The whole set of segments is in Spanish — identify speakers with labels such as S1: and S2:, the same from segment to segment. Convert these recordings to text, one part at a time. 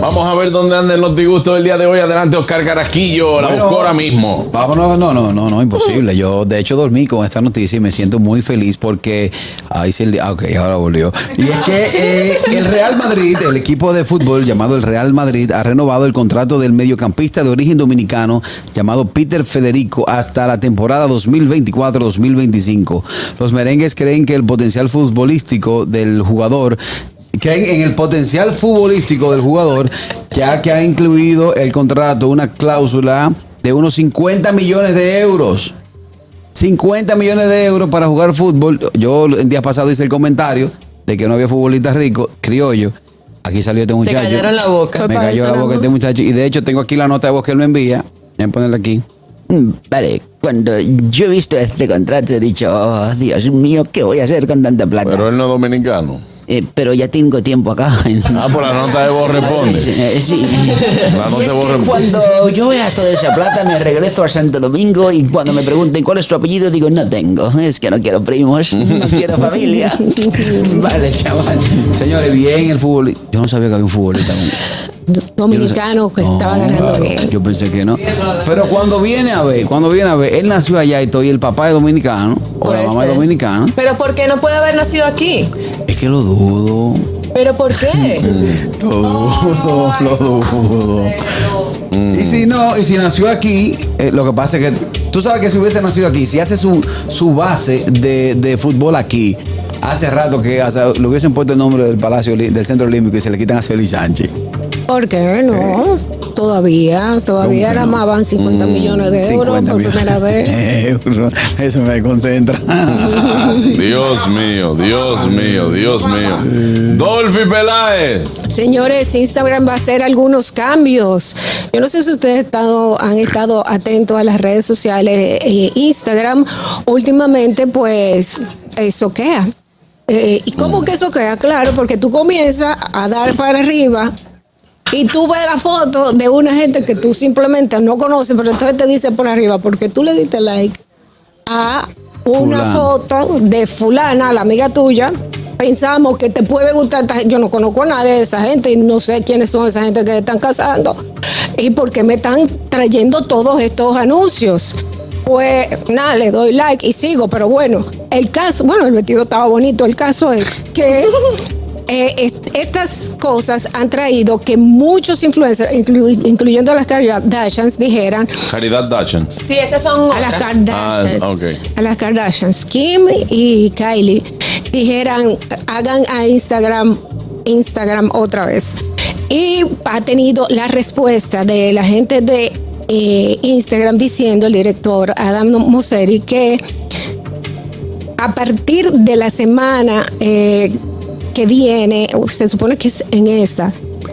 S1: Vamos a ver dónde andan los disgustos del día de hoy. Adelante, Oscar Carasquillo. La
S2: Bueno.
S1: buscó ahora mismo.
S2: Vámonos, no, no, no, no, imposible. Yo, de hecho, dormí con esta noticia y me siento muy feliz porque. Ahí se. li- Ah, ok, ahora volvió. Y es que eh, el Real Madrid, el equipo de fútbol llamado el Real Madrid, ha renovado el contrato del mediocampista de origen dominicano llamado Peter Federico hasta la temporada 2024-2025. Los merengues creen que el potencial futbolístico del jugador creen en el potencial futbolístico del jugador, ya que ha incluido el contrato una cláusula de unos 50 millones de euros. 50 millones de euros para jugar fútbol. Yo el día pasado hice el comentario de que no había futbolistas ricos, criollo. Aquí salió este muchacho.
S3: callaron la boca.
S2: Me
S3: Fue para
S2: cayó
S3: eso,
S2: la
S3: ¿no?
S2: boca este muchacho. Y de hecho tengo aquí la nota de voz que él me envía. Voy a ponerla aquí.
S4: Mm, Vale, cuando yo he visto este contrato he dicho, oh, Dios mío, ¿qué voy a hacer con tanta plata?
S1: Pero
S4: Pero,
S1: él no es dominicano.
S4: Eh, pero ya tengo tiempo acá.
S1: Ah, por la nota de vos responde.
S4: Eh, sí. Y es
S1: La nota de
S4: que
S1: vos responde.
S4: cuando yo vea toda esa plata me regreso a Santo Domingo y cuando me pregunten cuál es tu apellido digo no tengo, es que no quiero primos, no quiero familia. Vale, chaval.
S2: Señores, bien el fútbol. Yo no sabía que había un futbolista.
S3: do- dominicano que
S2: No,
S3: Pues estaba ganando
S2: claro,
S3: bien.
S2: Yo pensé que no. Pero cuando viene a ver, cuando viene a ver, él nació allá y todo, y el papá es dominicano, o la
S3: Puede
S2: mamá es
S3: ser.
S2: dominicana.
S5: Pero ¿por qué no puede haber nacido aquí?
S2: Es que lo dudo.
S5: ¿Pero por qué?
S2: Lo dudo, Oh, Mm. lo dudo. Y si no, y si nació aquí, eh, lo que pasa es que tú sabes que si hubiese nacido aquí, si hace su, su base de, de fútbol aquí, hace rato que o sea, le hubiesen puesto el nombre del Palacio Oli- del Centro Olímpico y se le quitan a Cioli Sánchez.
S3: ¿Por qué no? Todavía, todavía
S2: ¿Cómo que
S3: era
S2: no?
S3: más, van 50 millones de euros
S2: 50
S3: por
S2: Mm, millones
S3: primera vez.
S2: de euros. Eso me concentra.
S1: Dios mío, Dios mío, Dios mío. Dolphy Peláez.
S3: Señores, Instagram va a hacer algunos cambios. Yo no sé si ustedes estado- han estado atentos a las redes sociales. eh, Instagram últimamente, pues, eh, soquea. Eh, ¿Y cómo que soquea? Claro, porque tú comienzas a dar para arriba Y tú ves la foto de una gente que tú simplemente no conoces, pero entonces te dice por arriba, porque tú le diste like a una
S2: Fulano.
S3: foto de fulana, la amiga tuya. Pensamos que te puede gustar esta gente. Yo no conozco a nadie de esa gente y no sé quiénes son esa gente que están casando. ¿Y por qué me están trayendo todos estos anuncios? Pues nada, le doy like y sigo, pero bueno, el caso, bueno, el vestido estaba bonito, el caso es que eh, est- estas cosas han traído que muchos influencers, inclu- incluyendo a las Kardashians, dijeran
S1: Caridad Dachan.
S5: Sí, esas son
S3: a las
S5: otras.
S3: Kardashians,
S1: Ah, ok.
S3: a las Kardashians, Kim y Kylie, dijeran, hagan a Instagram, Instagram otra vez. Y ha tenido la respuesta de la gente de eh, Instagram diciendo el director Adam Mosseri que a partir de la semana eh, que viene, o se supone que es en esa,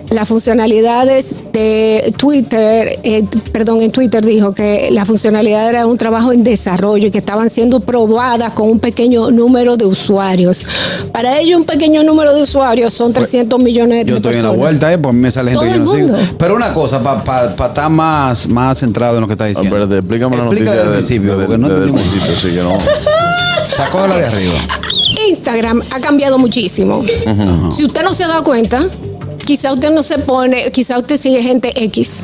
S3: las funcionalidades de Twitter, eh, perdón, en Twitter dijo que la funcionalidad era un trabajo en desarrollo y que estaban siendo probadas con un pequeño número de usuarios. Para ellos un pequeño número de usuarios son 300 millones de
S2: Yo estoy en la
S3: personas.
S2: vuelta, eh, pues a mí me sale gente
S3: Todo
S2: que yo
S3: el
S2: no sigo.
S3: mundo.
S2: Pero una cosa, para estar más, más centrado en lo que está
S1: Ah,
S2: diciendo.
S1: espérate, explícame la
S2: Explica
S1: noticia.
S2: desde el
S1: del-
S2: principio,
S1: de-
S2: porque no
S1: de- del
S2: entendimos.
S1: principio, sí que no.
S2: Sacó la de arriba.
S3: Instagram ha cambiado muchísimo. Si usted no se ha dado cuenta, quizá usted no se pone, quizá usted sigue gente X.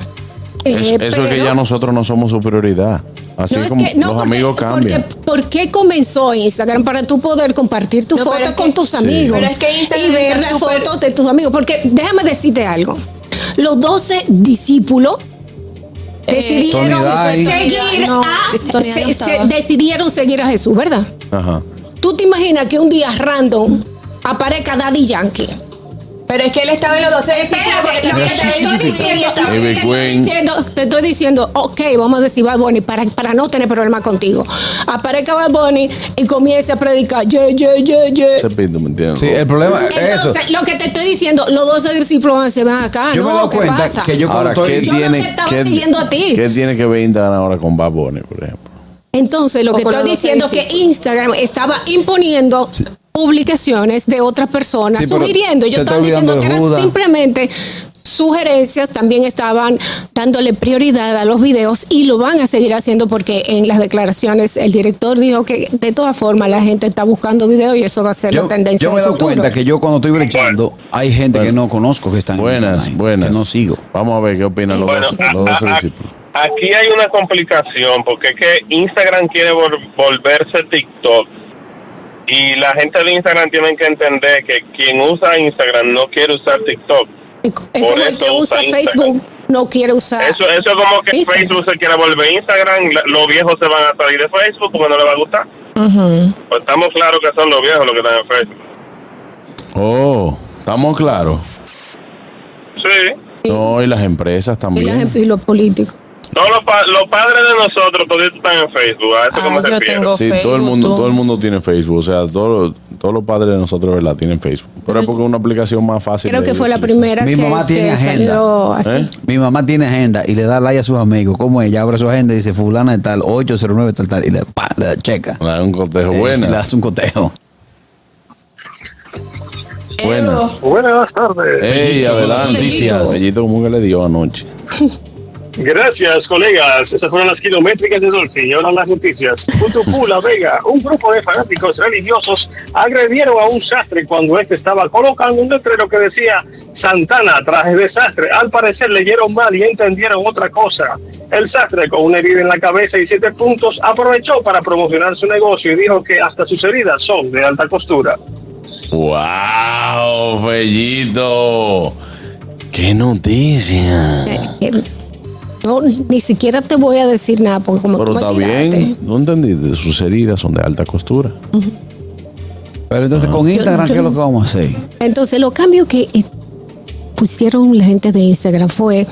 S3: Eh,
S1: Es- eso es que
S3: pero-
S1: ya nosotros no somos su prioridad. Así
S3: No, es
S1: como
S3: que- no,
S1: los
S3: porque-
S1: amigos cambian.
S3: Porque, ¿Por qué comenzó Instagram? Para tú poder compartir tu
S5: No,
S3: foto
S5: pero es que-
S3: con tus
S5: Sí.
S3: amigos.
S5: Pero es que Instagram
S3: y ver
S5: está
S3: las
S5: súper-
S3: fotos de tus amigos. Porque déjame decirte algo. Los 12 discípulos decidieron
S2: Tony Dai.
S3: seguir
S5: No,
S3: a,
S5: Eh, Tony Dai no
S3: se- se-
S5: estaba.
S3: decidieron seguir a Jesús, ¿verdad?
S1: Ajá.
S3: ¿Tú te imaginas que un día random aparezca Daddy Yankee?
S5: Pero es que él estaba en los 12
S3: Espérate, lo que te estoy diciendo, lo que
S1: Baby
S3: te estoy
S1: Queen.
S3: diciendo, te estoy diciendo, ok, vamos a decir Bad Bunny para, para no tener problema contigo. Aparezca Bad Bunny y comience a predicar, ye, ye, ye, ye.
S1: Ese pito, ¿me entiendes?
S2: Sí, eh, el problema es eso.
S3: Entonces, lo que te estoy diciendo, los 12 discípulos se van acá,
S2: Yo
S3: ¿no?
S2: me he dado
S3: ¿Qué
S2: cuenta
S3: pasa?
S2: que yo cuando
S1: Ahora, ¿qué
S2: estoy...
S3: Yo no te
S1: tiene,
S3: estaba
S1: qué-
S3: siguiendo a ti.
S1: ¿Qué tiene que ver Instagram ahora con Bad Bunny, por ejemplo?
S3: Entonces, lo
S5: O
S3: que
S5: con
S3: estoy
S5: los
S3: diciendo es que Instagram estaba imponiendo publicaciones de otras personas,
S2: Sí, pero
S3: sugiriendo.
S2: te
S3: Yo
S2: está
S3: estaba
S2: olvidando
S3: diciendo que
S2: de
S3: era
S2: Judas.
S3: simplemente sugerencias también estaban dándole prioridad a los videos y lo van a seguir haciendo porque en las declaraciones el director dijo que de todas formas la gente está buscando videos y eso va a ser
S2: Yo,
S3: la tendencia.
S2: yo me he
S3: del
S2: dado
S3: futuro.
S2: cuenta que yo cuando estoy brechando hay gente que no conozco que están en
S1: Buenas,
S2: internet,
S1: buenas.
S2: que no sigo.
S1: Vamos a ver qué opinan los
S6: Bueno,
S1: dos,
S6: a-
S1: los dos
S6: a- a-
S1: discípulos.
S6: aquí hay una complicación porque es que Instagram quiere vol- volverse TikTok y la gente de Instagram tienen que entender que quien usa Instagram no quiere usar TikTok.
S3: Es como el que usa
S6: eso usa Instagram.
S3: Facebook no quiere
S5: Ah.
S3: usar.
S6: Eso, eso es como que
S3: ¿Viste?
S6: Facebook se quiera volver Instagram, la- los viejos se van a salir de Facebook porque no les va a gustar. Pues estamos claros que son los viejos los que están en Facebook.
S1: Oh, estamos claros.
S6: Sí.
S1: No, y las empresas
S3: Y, las-
S1: también.
S3: y los políticos.
S6: Todos los, pa- los padres de nosotros toditos están en Facebook. A eso
S5: Ah,
S6: como se
S5: yo
S6: refiere.
S5: tengo
S1: Sí,
S5: Facebook.
S1: todo el mundo,
S5: tú.
S1: todo el mundo tiene Facebook. O sea, todos los- todos los padres de nosotros, ¿verdad? Tienen Facebook. Pero es porque es una aplicación más fácil.
S3: Creo
S1: de
S3: que fue la
S1: utilizar.
S3: primera
S2: Mi
S3: que,
S2: mamá tiene
S3: que
S2: agenda.
S3: salió así.
S1: ¿Eh?
S2: Mi mamá tiene agenda y le da like a sus amigos. ¿Cómo ella abre su agenda y dice fulana de tal, 809 tal, tal? Y le, pa, le checa.
S1: La- Ah, Un cortejo.
S2: Eh,
S1: Buenas.
S2: Le hace un cotejo.
S1: Buenas.
S6: Buenas tardes.
S1: Ey, adelante.
S3: Felicitos.
S1: Bellito, ¿cómo que le dio anoche?
S6: Gracias, colegas. Esas fueron las kilométricas de Dolphy. Y ahora las noticias. Cutucú, La Vega, un grupo de fanáticos religiosos agredieron a un sastre cuando este estaba colocando un letrero que decía Santana, traje de sastre. Al parecer leyeron mal y entendieron otra cosa. El sastre, con una herida en la cabeza y siete puntos, aprovechó para promocionar su negocio y dijo que hasta sus heridas son de alta costura.
S1: ¡Wow, Fellito! ¡Qué noticia!
S3: Eh, eh, no, ni siquiera te voy a decir nada porque como
S1: Pero
S3: tú me
S1: está
S3: tiraste.
S1: bien. No entendí. Sus heridas son de alta costura.
S2: Pero
S1: Ah.
S2: entonces con Instagram,
S3: yo-
S2: ¿qué es lo que vamos a hacer?
S3: Entonces, lo cambio que eh, pusieron la gente de Instagram fue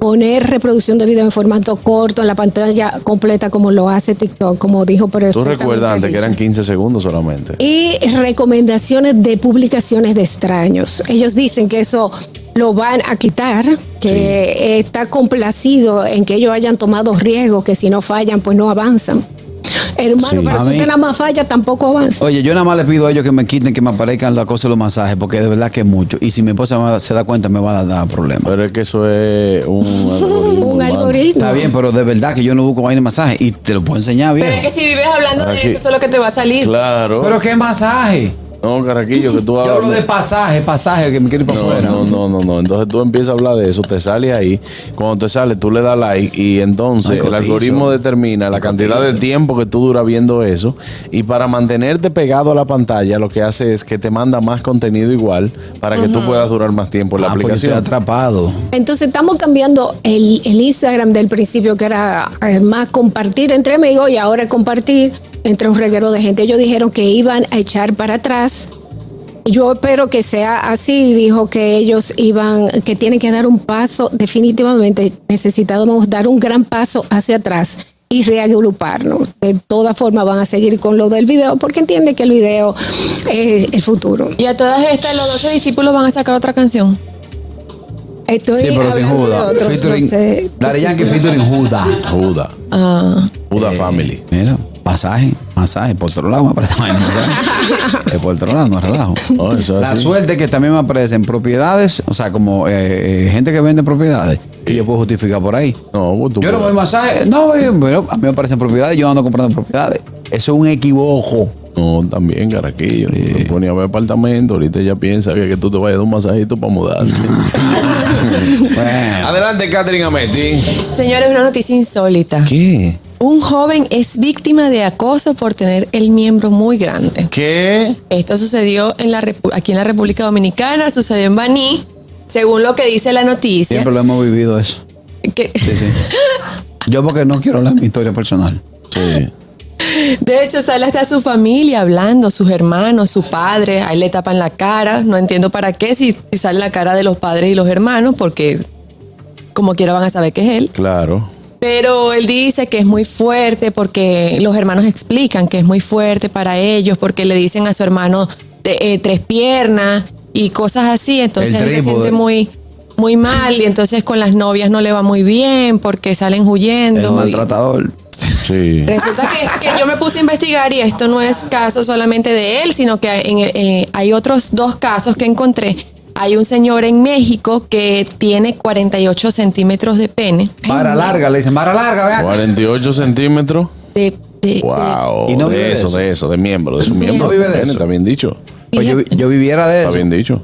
S3: poner reproducción de video en formato corto en la pantalla completa como lo hace TikTok, como dijo pero
S1: Tú recuerdas antes que eran 15 segundos solamente.
S3: y recomendaciones de publicaciones de extraños. Ellos dicen que eso lo van a quitar, que eh, está complacido en que ellos hayan tomado riesgos, que si no fallan, pues no avanzan. Hermano,
S1: Sí.
S3: pero
S2: A
S3: si
S2: mí-
S3: usted nada más falla, tampoco avanza.
S2: Oye, yo nada más le pido a ellos que me quiten, que me aparezcan las cosas de los masajes, porque de verdad que es mucho. Y si mi esposa me- se da cuenta, me va a dar problemas.
S1: Pero es que eso es un algoritmo.
S3: Un
S1: hermano.
S3: algoritmo.
S2: Está bien, pero de verdad que yo no busco vaina de masaje y te lo puedo enseñar
S5: Pero es que
S2: bien.
S5: si vives hablando de
S1: Aquí.
S5: eso, eso es lo que te va a salir.
S1: Claro.
S2: Pero qué masaje.
S1: no, Caraquillo, que tú
S2: Yo hablo de
S1: hablas.
S2: pasaje, pasaje, que me quiero ir para
S1: No,
S2: afuera.
S1: no, no, no, no. Entonces tú empiezas a hablar de eso, te sale ahí. Cuando te sale, tú le das like y entonces
S2: Ay,
S1: el
S2: cotizo.
S1: algoritmo determina la cantidad de tiempo que tú duras viendo eso. Y para mantenerte pegado a la pantalla, lo que hace es que te manda más contenido igual para que tú puedas durar más tiempo en la
S2: Ah, pues yo estoy
S1: aplicación.
S2: atrapado.
S3: Entonces estamos cambiando el, el Instagram del principio que era eh, más compartir entre amigos y ahora compartir entre un reguero de gente. Ellos dijeron que iban a echar para atrás. Yo espero que sea así. Dijo que ellos iban, que tienen que dar un paso. Definitivamente necesitábamos dar un gran paso hacia atrás y reagruparnos. De todas formas van a seguir con lo del video porque entiende que el video es el futuro.
S5: Y a todas estas, los 12 discípulos van a sacar otra canción.
S3: Estoy
S2: sí, pero sin
S3: hablando de
S2: Judas.
S3: otros,
S2: Featuring,
S3: no sé,
S2: Daddy Yankee
S3: discípulos.
S2: featuring Judas.
S1: Juda.
S5: Ah.
S1: Juda
S2: Eh,
S1: Family.
S2: Mira, pasaje, masaje. Por otro lado me aparece vaina, ¿verdad? Eh, Por otro lado, no relajo.
S1: No, eso es
S2: La
S1: así.
S2: suerte es que también me aparecen propiedades, o sea, como eh, eh, gente que vende propiedades, que yo puedo justificar por ahí.
S1: No, vos tú
S2: Yo no voy
S1: puedes.
S2: a masaje, no, eh, bueno, a mí me aparecen propiedades, yo ando comprando propiedades. Eso es un equivoco.
S1: No, también, Caraquillo. Me ponía a ver apartamento. Ahorita ya piensa que tú te vayas a dar un masajito para mudarte.
S2: Bueno,
S1: Adelante, Catherine Ametti.
S5: Señores, una noticia insólita.
S1: ¿Qué?
S5: Un joven es víctima de acoso por tener el miembro muy grande.
S1: ¿Qué?
S5: Esto sucedió en la repu- aquí en la República Dominicana, sucedió en Baní, según lo que dice la noticia.
S2: siempre lo hemos vivido eso.
S5: que-
S2: Sí, sí. Yo porque no quiero hablar de mi historia personal.
S1: Sí.
S5: de hecho, sale hasta su familia hablando, sus hermanos, su padre, ahí le tapan la cara. No entiendo para qué, si, si sale la cara de los padres y los hermanos, porque como quiera van a saber que es él.
S1: Claro.
S5: Pero él dice que es muy fuerte porque los hermanos explican que es muy fuerte para ellos porque le dicen a su hermano te- eh, tres piernas y cosas así. Entonces
S2: El
S5: él se
S2: trípode.
S5: siente muy, muy mal y entonces con las novias no le va muy bien porque salen huyendo.
S2: El
S5: y-
S2: maltratador.
S1: Sí.
S5: Resulta que, que yo me puse a investigar y esto no es caso solamente de él, sino que en- eh, hay otros dos casos que encontré Hay un señor en México que tiene 48 centímetros de pene.
S2: Vara larga, le dicen, vara larga, vea.
S1: 48 centímetros.
S5: De, de-
S1: Wow.
S2: ¿Y no vive
S1: de
S2: de
S1: eso,
S2: eso?
S1: de eso, de miembro, de su
S5: No
S1: miembro.
S2: vive de
S1: Bien,
S2: eso.
S1: Está bien dicho.
S2: Pues yo, vi- yo viviera de
S1: Está
S2: eso.
S1: bien dicho.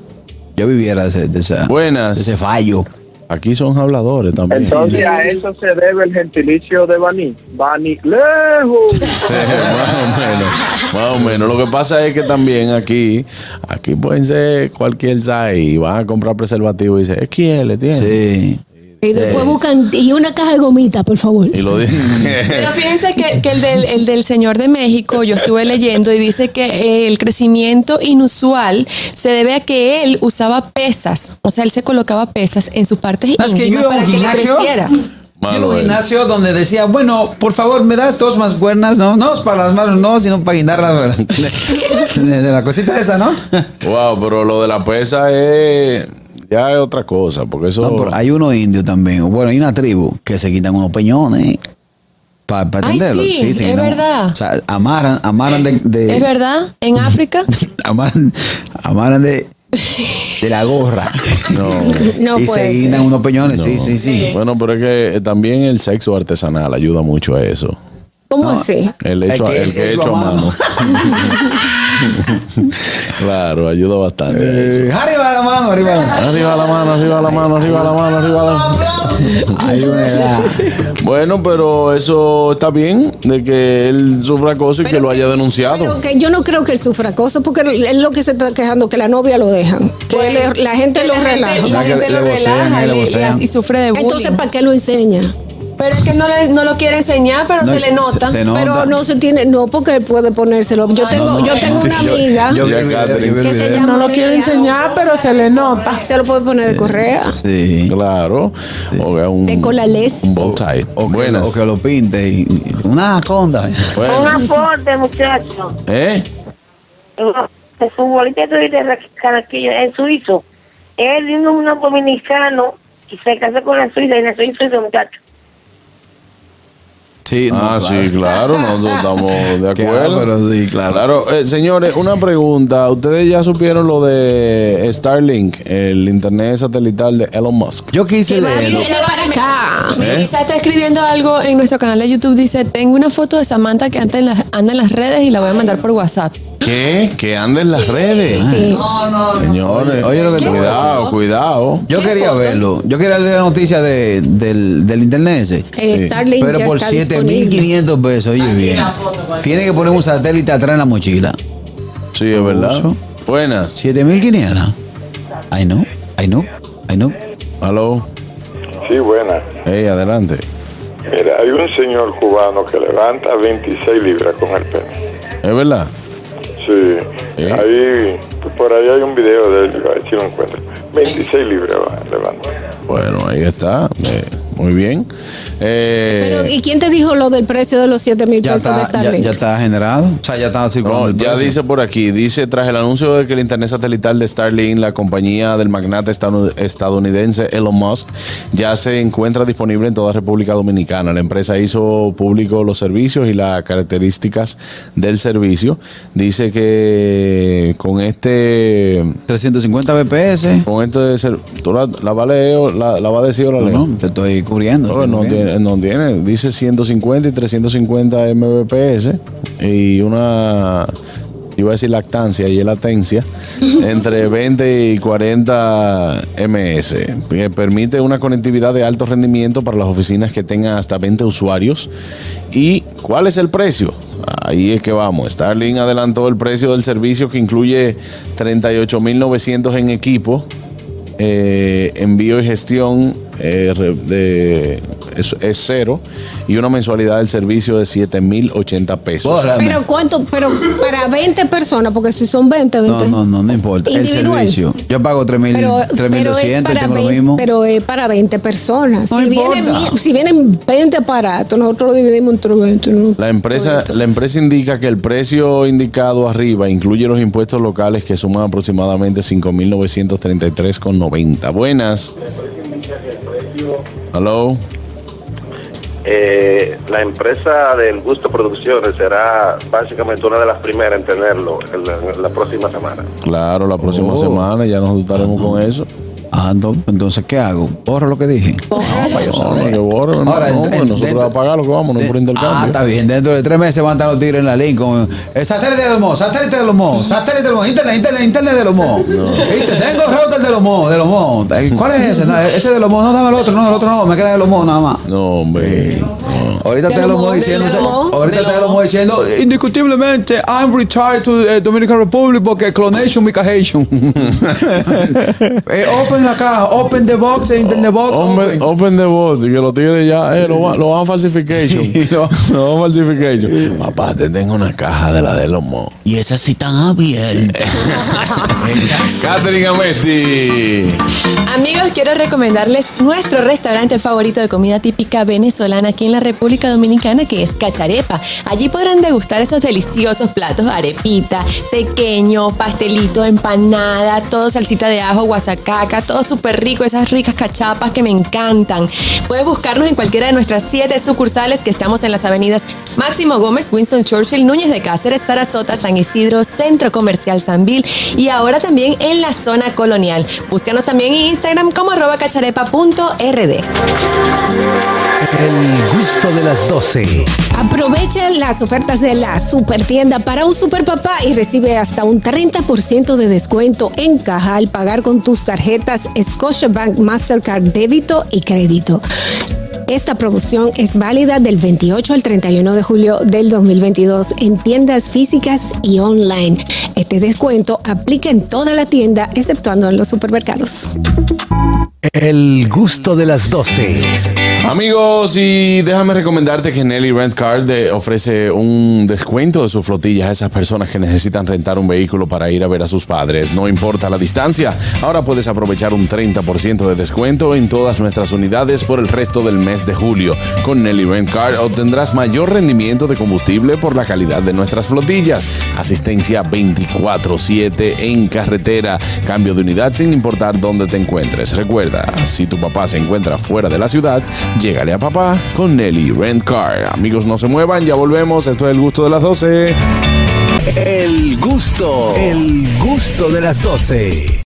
S2: Yo viviera de, ese- de esa-
S1: Buenas.
S2: de ese fallo.
S1: Aquí son habladores también.
S6: Entonces a eso se debe el gentilicio de Bani. Bani lejos.
S1: Sí, más o menos, más o menos. Lo que pasa es que también aquí, aquí pueden ser cualquier size y van a comprar preservativo y dicen, es que le tiene.
S2: Sí.
S3: Y
S2: Eh.
S3: después buscan y una caja de gomita, por favor.
S1: Y lo dicen.
S5: Pero fíjense que, que el, del, el del señor de México, yo estuve leyendo y dice que eh, el crecimiento inusual se debe a que él usaba pesas. O sea, él se colocaba pesas en sus partes
S2: ¿Sabes que
S5: íntimas
S2: yo iba a
S5: para
S2: un
S5: que le
S2: gimnasio?
S5: creciera.
S2: Yo en
S1: Malo
S2: un
S1: es.
S2: gimnasio donde decía, bueno, por favor, me das dos más buenas, no, no para las manos, no, sino para guindarlas. de, de la cosita esa, ¿no?
S1: Wow, pero lo de la pesa es ya es otra cosa, porque eso
S2: No, pero hay uno indio también, bueno, hay una tribu que se quitan unos peñones para
S5: Ay,
S2: atenderlos.
S5: sí, es verdad.
S2: O sea, amarran, amarran de, de-
S5: ¿Es verdad? ¿En África?
S2: amarran, amarran de, de la gorra.
S1: no.
S3: No
S2: y se
S3: puede ser.
S2: guindan unos peñones, sí, sí, sí.
S1: Bueno, pero es que eh, también el sexo artesanal ayuda mucho a eso.
S3: ¿Cómo así?
S1: El hecho,
S2: El que
S1: el
S2: es
S1: que
S2: hecho
S1: hecho a
S2: a
S1: mano. claro, ayuda bastante. a eso.
S2: Eh, arriba la mano, arriba la mano.
S1: Arriba la mano, arriba la mano, arriba la mano, arriba la mano.
S2: Hay una edad.
S1: Bueno, pero eso está bien, de que él sufra cosas y que
S3: Pero
S1: lo haya
S3: que-
S1: denunciado.
S3: Pero que yo no creo que él sufra cosas porque es lo que se está quejando, que la novia lo dejan. Que le- Pues, la gente lo relaja.
S5: La
S2: Ya que
S5: gente
S2: le
S5: lo
S2: vocean,
S5: relaja
S2: ahí le
S5: le- y,
S2: vocean.
S5: y sufre de bullying.
S3: Entonces, ¿para qué lo enseña?
S5: pero es que no, le- no lo quiere
S3: Ah,
S5: enseñar, pero
S2: No,
S5: se le nota.
S2: se- se nota.
S3: Pero no se tiene, no, porque él puede ponérselo. Yo tengo,
S2: no,
S3: yo
S2: no.
S3: tengo una
S2: Yo
S3: amiga
S2: vi el
S1: Ya,
S2: video, yo vi el
S1: Catherine.
S3: que
S2: video.
S3: se llama. No lo quiere enseñar, pero se le nota. Se lo puede poner de correa,
S2: Sí.
S1: Claro. O que un,
S2: Mm.
S3: de cola les.
S1: un bow tie.
S2: O que,
S1: Buenas.
S2: o que lo pinte y, y- una conda.
S1: Buenas.
S7: Un aporte, muchacho.
S1: ¿Eh?
S7: El futbolista que tuviste de Caraquillo es suizo. Él vino un dominicano y se casó con la suiza y nació en Suiza, muchacho.
S2: Sí, no,
S1: ah,
S2: claro.
S1: sí, claro, nosotros estamos de
S2: Claro,
S1: acuerdo.
S2: Ah, pero sí, claro.
S1: Eh, señores, una pregunta. ¿Ustedes ya supieron lo de Starlink, el internet satelital de Elon Musk?
S2: Yo quise leerlo.
S3: Viene para acá.
S1: ¿Eh?
S5: Quizá está escribiendo algo en nuestro canal de YouTube. Dice, tengo una foto de Samantha que anda en las, anda en las redes y la voy a mandar por WhatsApp.
S2: Eh.
S1: ¿Qué? Que anda en las redes.
S3: Sí.
S1: Señores,
S2: Oye, oye lo que te-
S1: cuidado, cuidado.
S2: Yo quería verlo. Yo quería leer la noticia de, del, del internet ese.
S3: Eh, Starlink
S2: Pero
S3: ya
S2: por
S3: está disponible.
S2: 7.500 pesos, oye bien. Tiene que poner un satélite atrás en la mochila.
S1: Sí, es verdad.
S2: Famoso.
S1: Buenas.
S2: 7.500. Ay no, ay no, ay no.
S1: Aló.
S8: Sí, buena.
S1: Hey, adelante.
S8: Mira, hay un señor cubano que levanta 26 libras con el pene.
S1: Es verdad.
S8: Sí.
S1: ¿Eh?
S8: Ahí, por ahí hay un video de él, a ver si lo encuentro. 26 libras va, levanta.
S1: Bueno, ahí está. Eh, muy bien. Eh,
S3: Pero, ¿y quién te dijo lo del precio de los 7 mil
S2: Ya
S3: pesos de
S2: está, ya,
S3: Starlink?
S2: ya está generado. O sea, ya está circulando.
S1: no,
S2: el
S1: ya
S2: precio.
S1: dice por aquí, dice, tras el anuncio de que el Internet satelital de Starlink, la compañía del magnate estad- estadounidense Elon Musk, ya se encuentra disponible en toda República Dominicana. La empresa hizo público los servicios y las características del servicio. Dice que con este...
S2: 350 BPS.
S1: Con este ser- ¿tú la, la va a leer o la, la va a decir o la leo?
S2: No, te estoy cubriendo.
S1: No,
S2: estoy
S1: no
S2: cubriendo.
S1: tiene, no tiene. Dice 150 y 350 mbps eh, y una, iba a decir lactancia y latencia, entre 20 y 40 ms, que permite una conectividad de alto rendimiento para las oficinas que tengan hasta 20 usuarios. ¿Y cuál es el precio? Ahí es que vamos. Starlink adelantó el precio del servicio que incluye 38.900 en equipo, eh, envío y gestión eh, re- de, es, es cero y una mensualidad del servicio de 7.080 pesos.
S2: Bórrame.
S3: Pero cuánto, pero para 20 personas, porque si son 20,
S2: No,
S3: 20.
S2: no, no, no importa. El
S3: Individual.
S2: servicio. Yo pago 3.000,
S3: Pero, pero, es
S2: 3.200,
S3: para
S2: tengo lo
S3: 20
S2: mismo.
S3: pero es para 20 personas.
S2: No
S3: si,
S2: importa.
S3: vienen, vi- si vienen 20 aparatos, nosotros lo dividimos entre 20. ¿no?
S1: La empresa, la empresa indica que el precio indicado arriba incluye los impuestos locales que suman aproximadamente 5.933,90. Buenas. Hello.
S9: Eh, la empresa del Gusto Producciones será básicamente una de las primeras en tenerlo en la, en la próxima semana.
S1: Claro, la próxima semana ya nos estaremos con eso.
S2: Oh. Ah, ento- entonces, ¿qué hago? ¿Borro lo que dije?
S1: Ahora, que borre, hermano,
S2: Ahora,
S1: no,
S2: en-
S1: pues
S2: en-
S1: nosotros
S2: dentro-
S1: vamos a pagar lo que vamos, no es por intercambio.
S2: Ah, está bien. Dentro de tres meses van a estar los tigres en la Lincoln. Eh, satélite de los mo, satélite de los mo, satélite de los mo, internet, internet, internet de los mo. ¿Viste? Tengo router de los mo, de los mo. Eh, ¿Cuál es ese? No, ese de los mo, no dame el otro, no, el otro no, me queda de los mo nada más.
S1: No, hombre.
S2: Ahorita
S5: De
S2: te lo
S5: Lomo,
S2: voy
S5: de
S2: diciendo,
S5: Lomo,
S2: ahorita
S5: de
S2: te lo
S5: Lomo.
S2: voy diciendo, indiscutiblemente, I'm retired to eh, Dominican Republic porque clonation, mication. Eh, open la caja, open the box, eh, in the box,
S1: Hombre,
S2: open.
S1: open the box, y que lo tigres ya, eh, lo, va- lo van a falsification. lo, lo van a falsification. Papá, te tengo una caja de la de los mo.
S4: Y esas sí están abiertas.
S1: Catherine Amesti.
S5: Amigos, quiero recomendarles nuestro restaurante favorito de comida típica venezolana aquí en la República Dominicana, que es Cacharepa. Allí podrán degustar esos deliciosos platos, arepita, tequeño, pastelito, empanada, todo salsita de ajo, guasacaca, todo súper rico, esas ricas cachapas que me encantan. Puedes buscarnos en cualquiera de nuestras siete sucursales que estamos en las avenidas Máximo Gómez, Winston Churchill, Núñez de Cáceres, Sarasota, San Isidro, Centro Comercial Sanvil y ahora también en la zona colonial. Búscanos también en Instagram como arroba cacharepa.rd.
S10: El gusto de las 12.
S3: Aprovechen las ofertas de la Supertienda para un super papá y recibe hasta un 30% de descuento en caja al pagar con tus tarjetas Scotiabank, Mastercard, débito y crédito. Esta promoción es válida del 28 al 31 de julio del 2022 en tiendas físicas y online. Este descuento aplica en toda la tienda, exceptuando en los supermercados.
S10: El gusto de las 12.
S1: Amigos, y déjame recomendarte que Nelly Rent Car te ofrece un descuento de sus flotillas a esas personas que necesitan rentar un vehículo para ir a ver a sus padres. No importa la distancia, ahora puedes aprovechar un 30% de descuento en todas nuestras unidades por el resto del mes de julio. Con Nelly Rent Car obtendrás mayor rendimiento de combustible por la calidad de nuestras flotillas, asistencia 24/7 en carretera, cambio de unidad sin importar dónde te encuentres. Recuerda, si tu papá se encuentra fuera de la ciudad, llégale a papá con Nelly Rent Car. Amigos, no se muevan, ya volvemos. Esto es el gusto de las 12.
S10: El gusto. El gusto de las 12.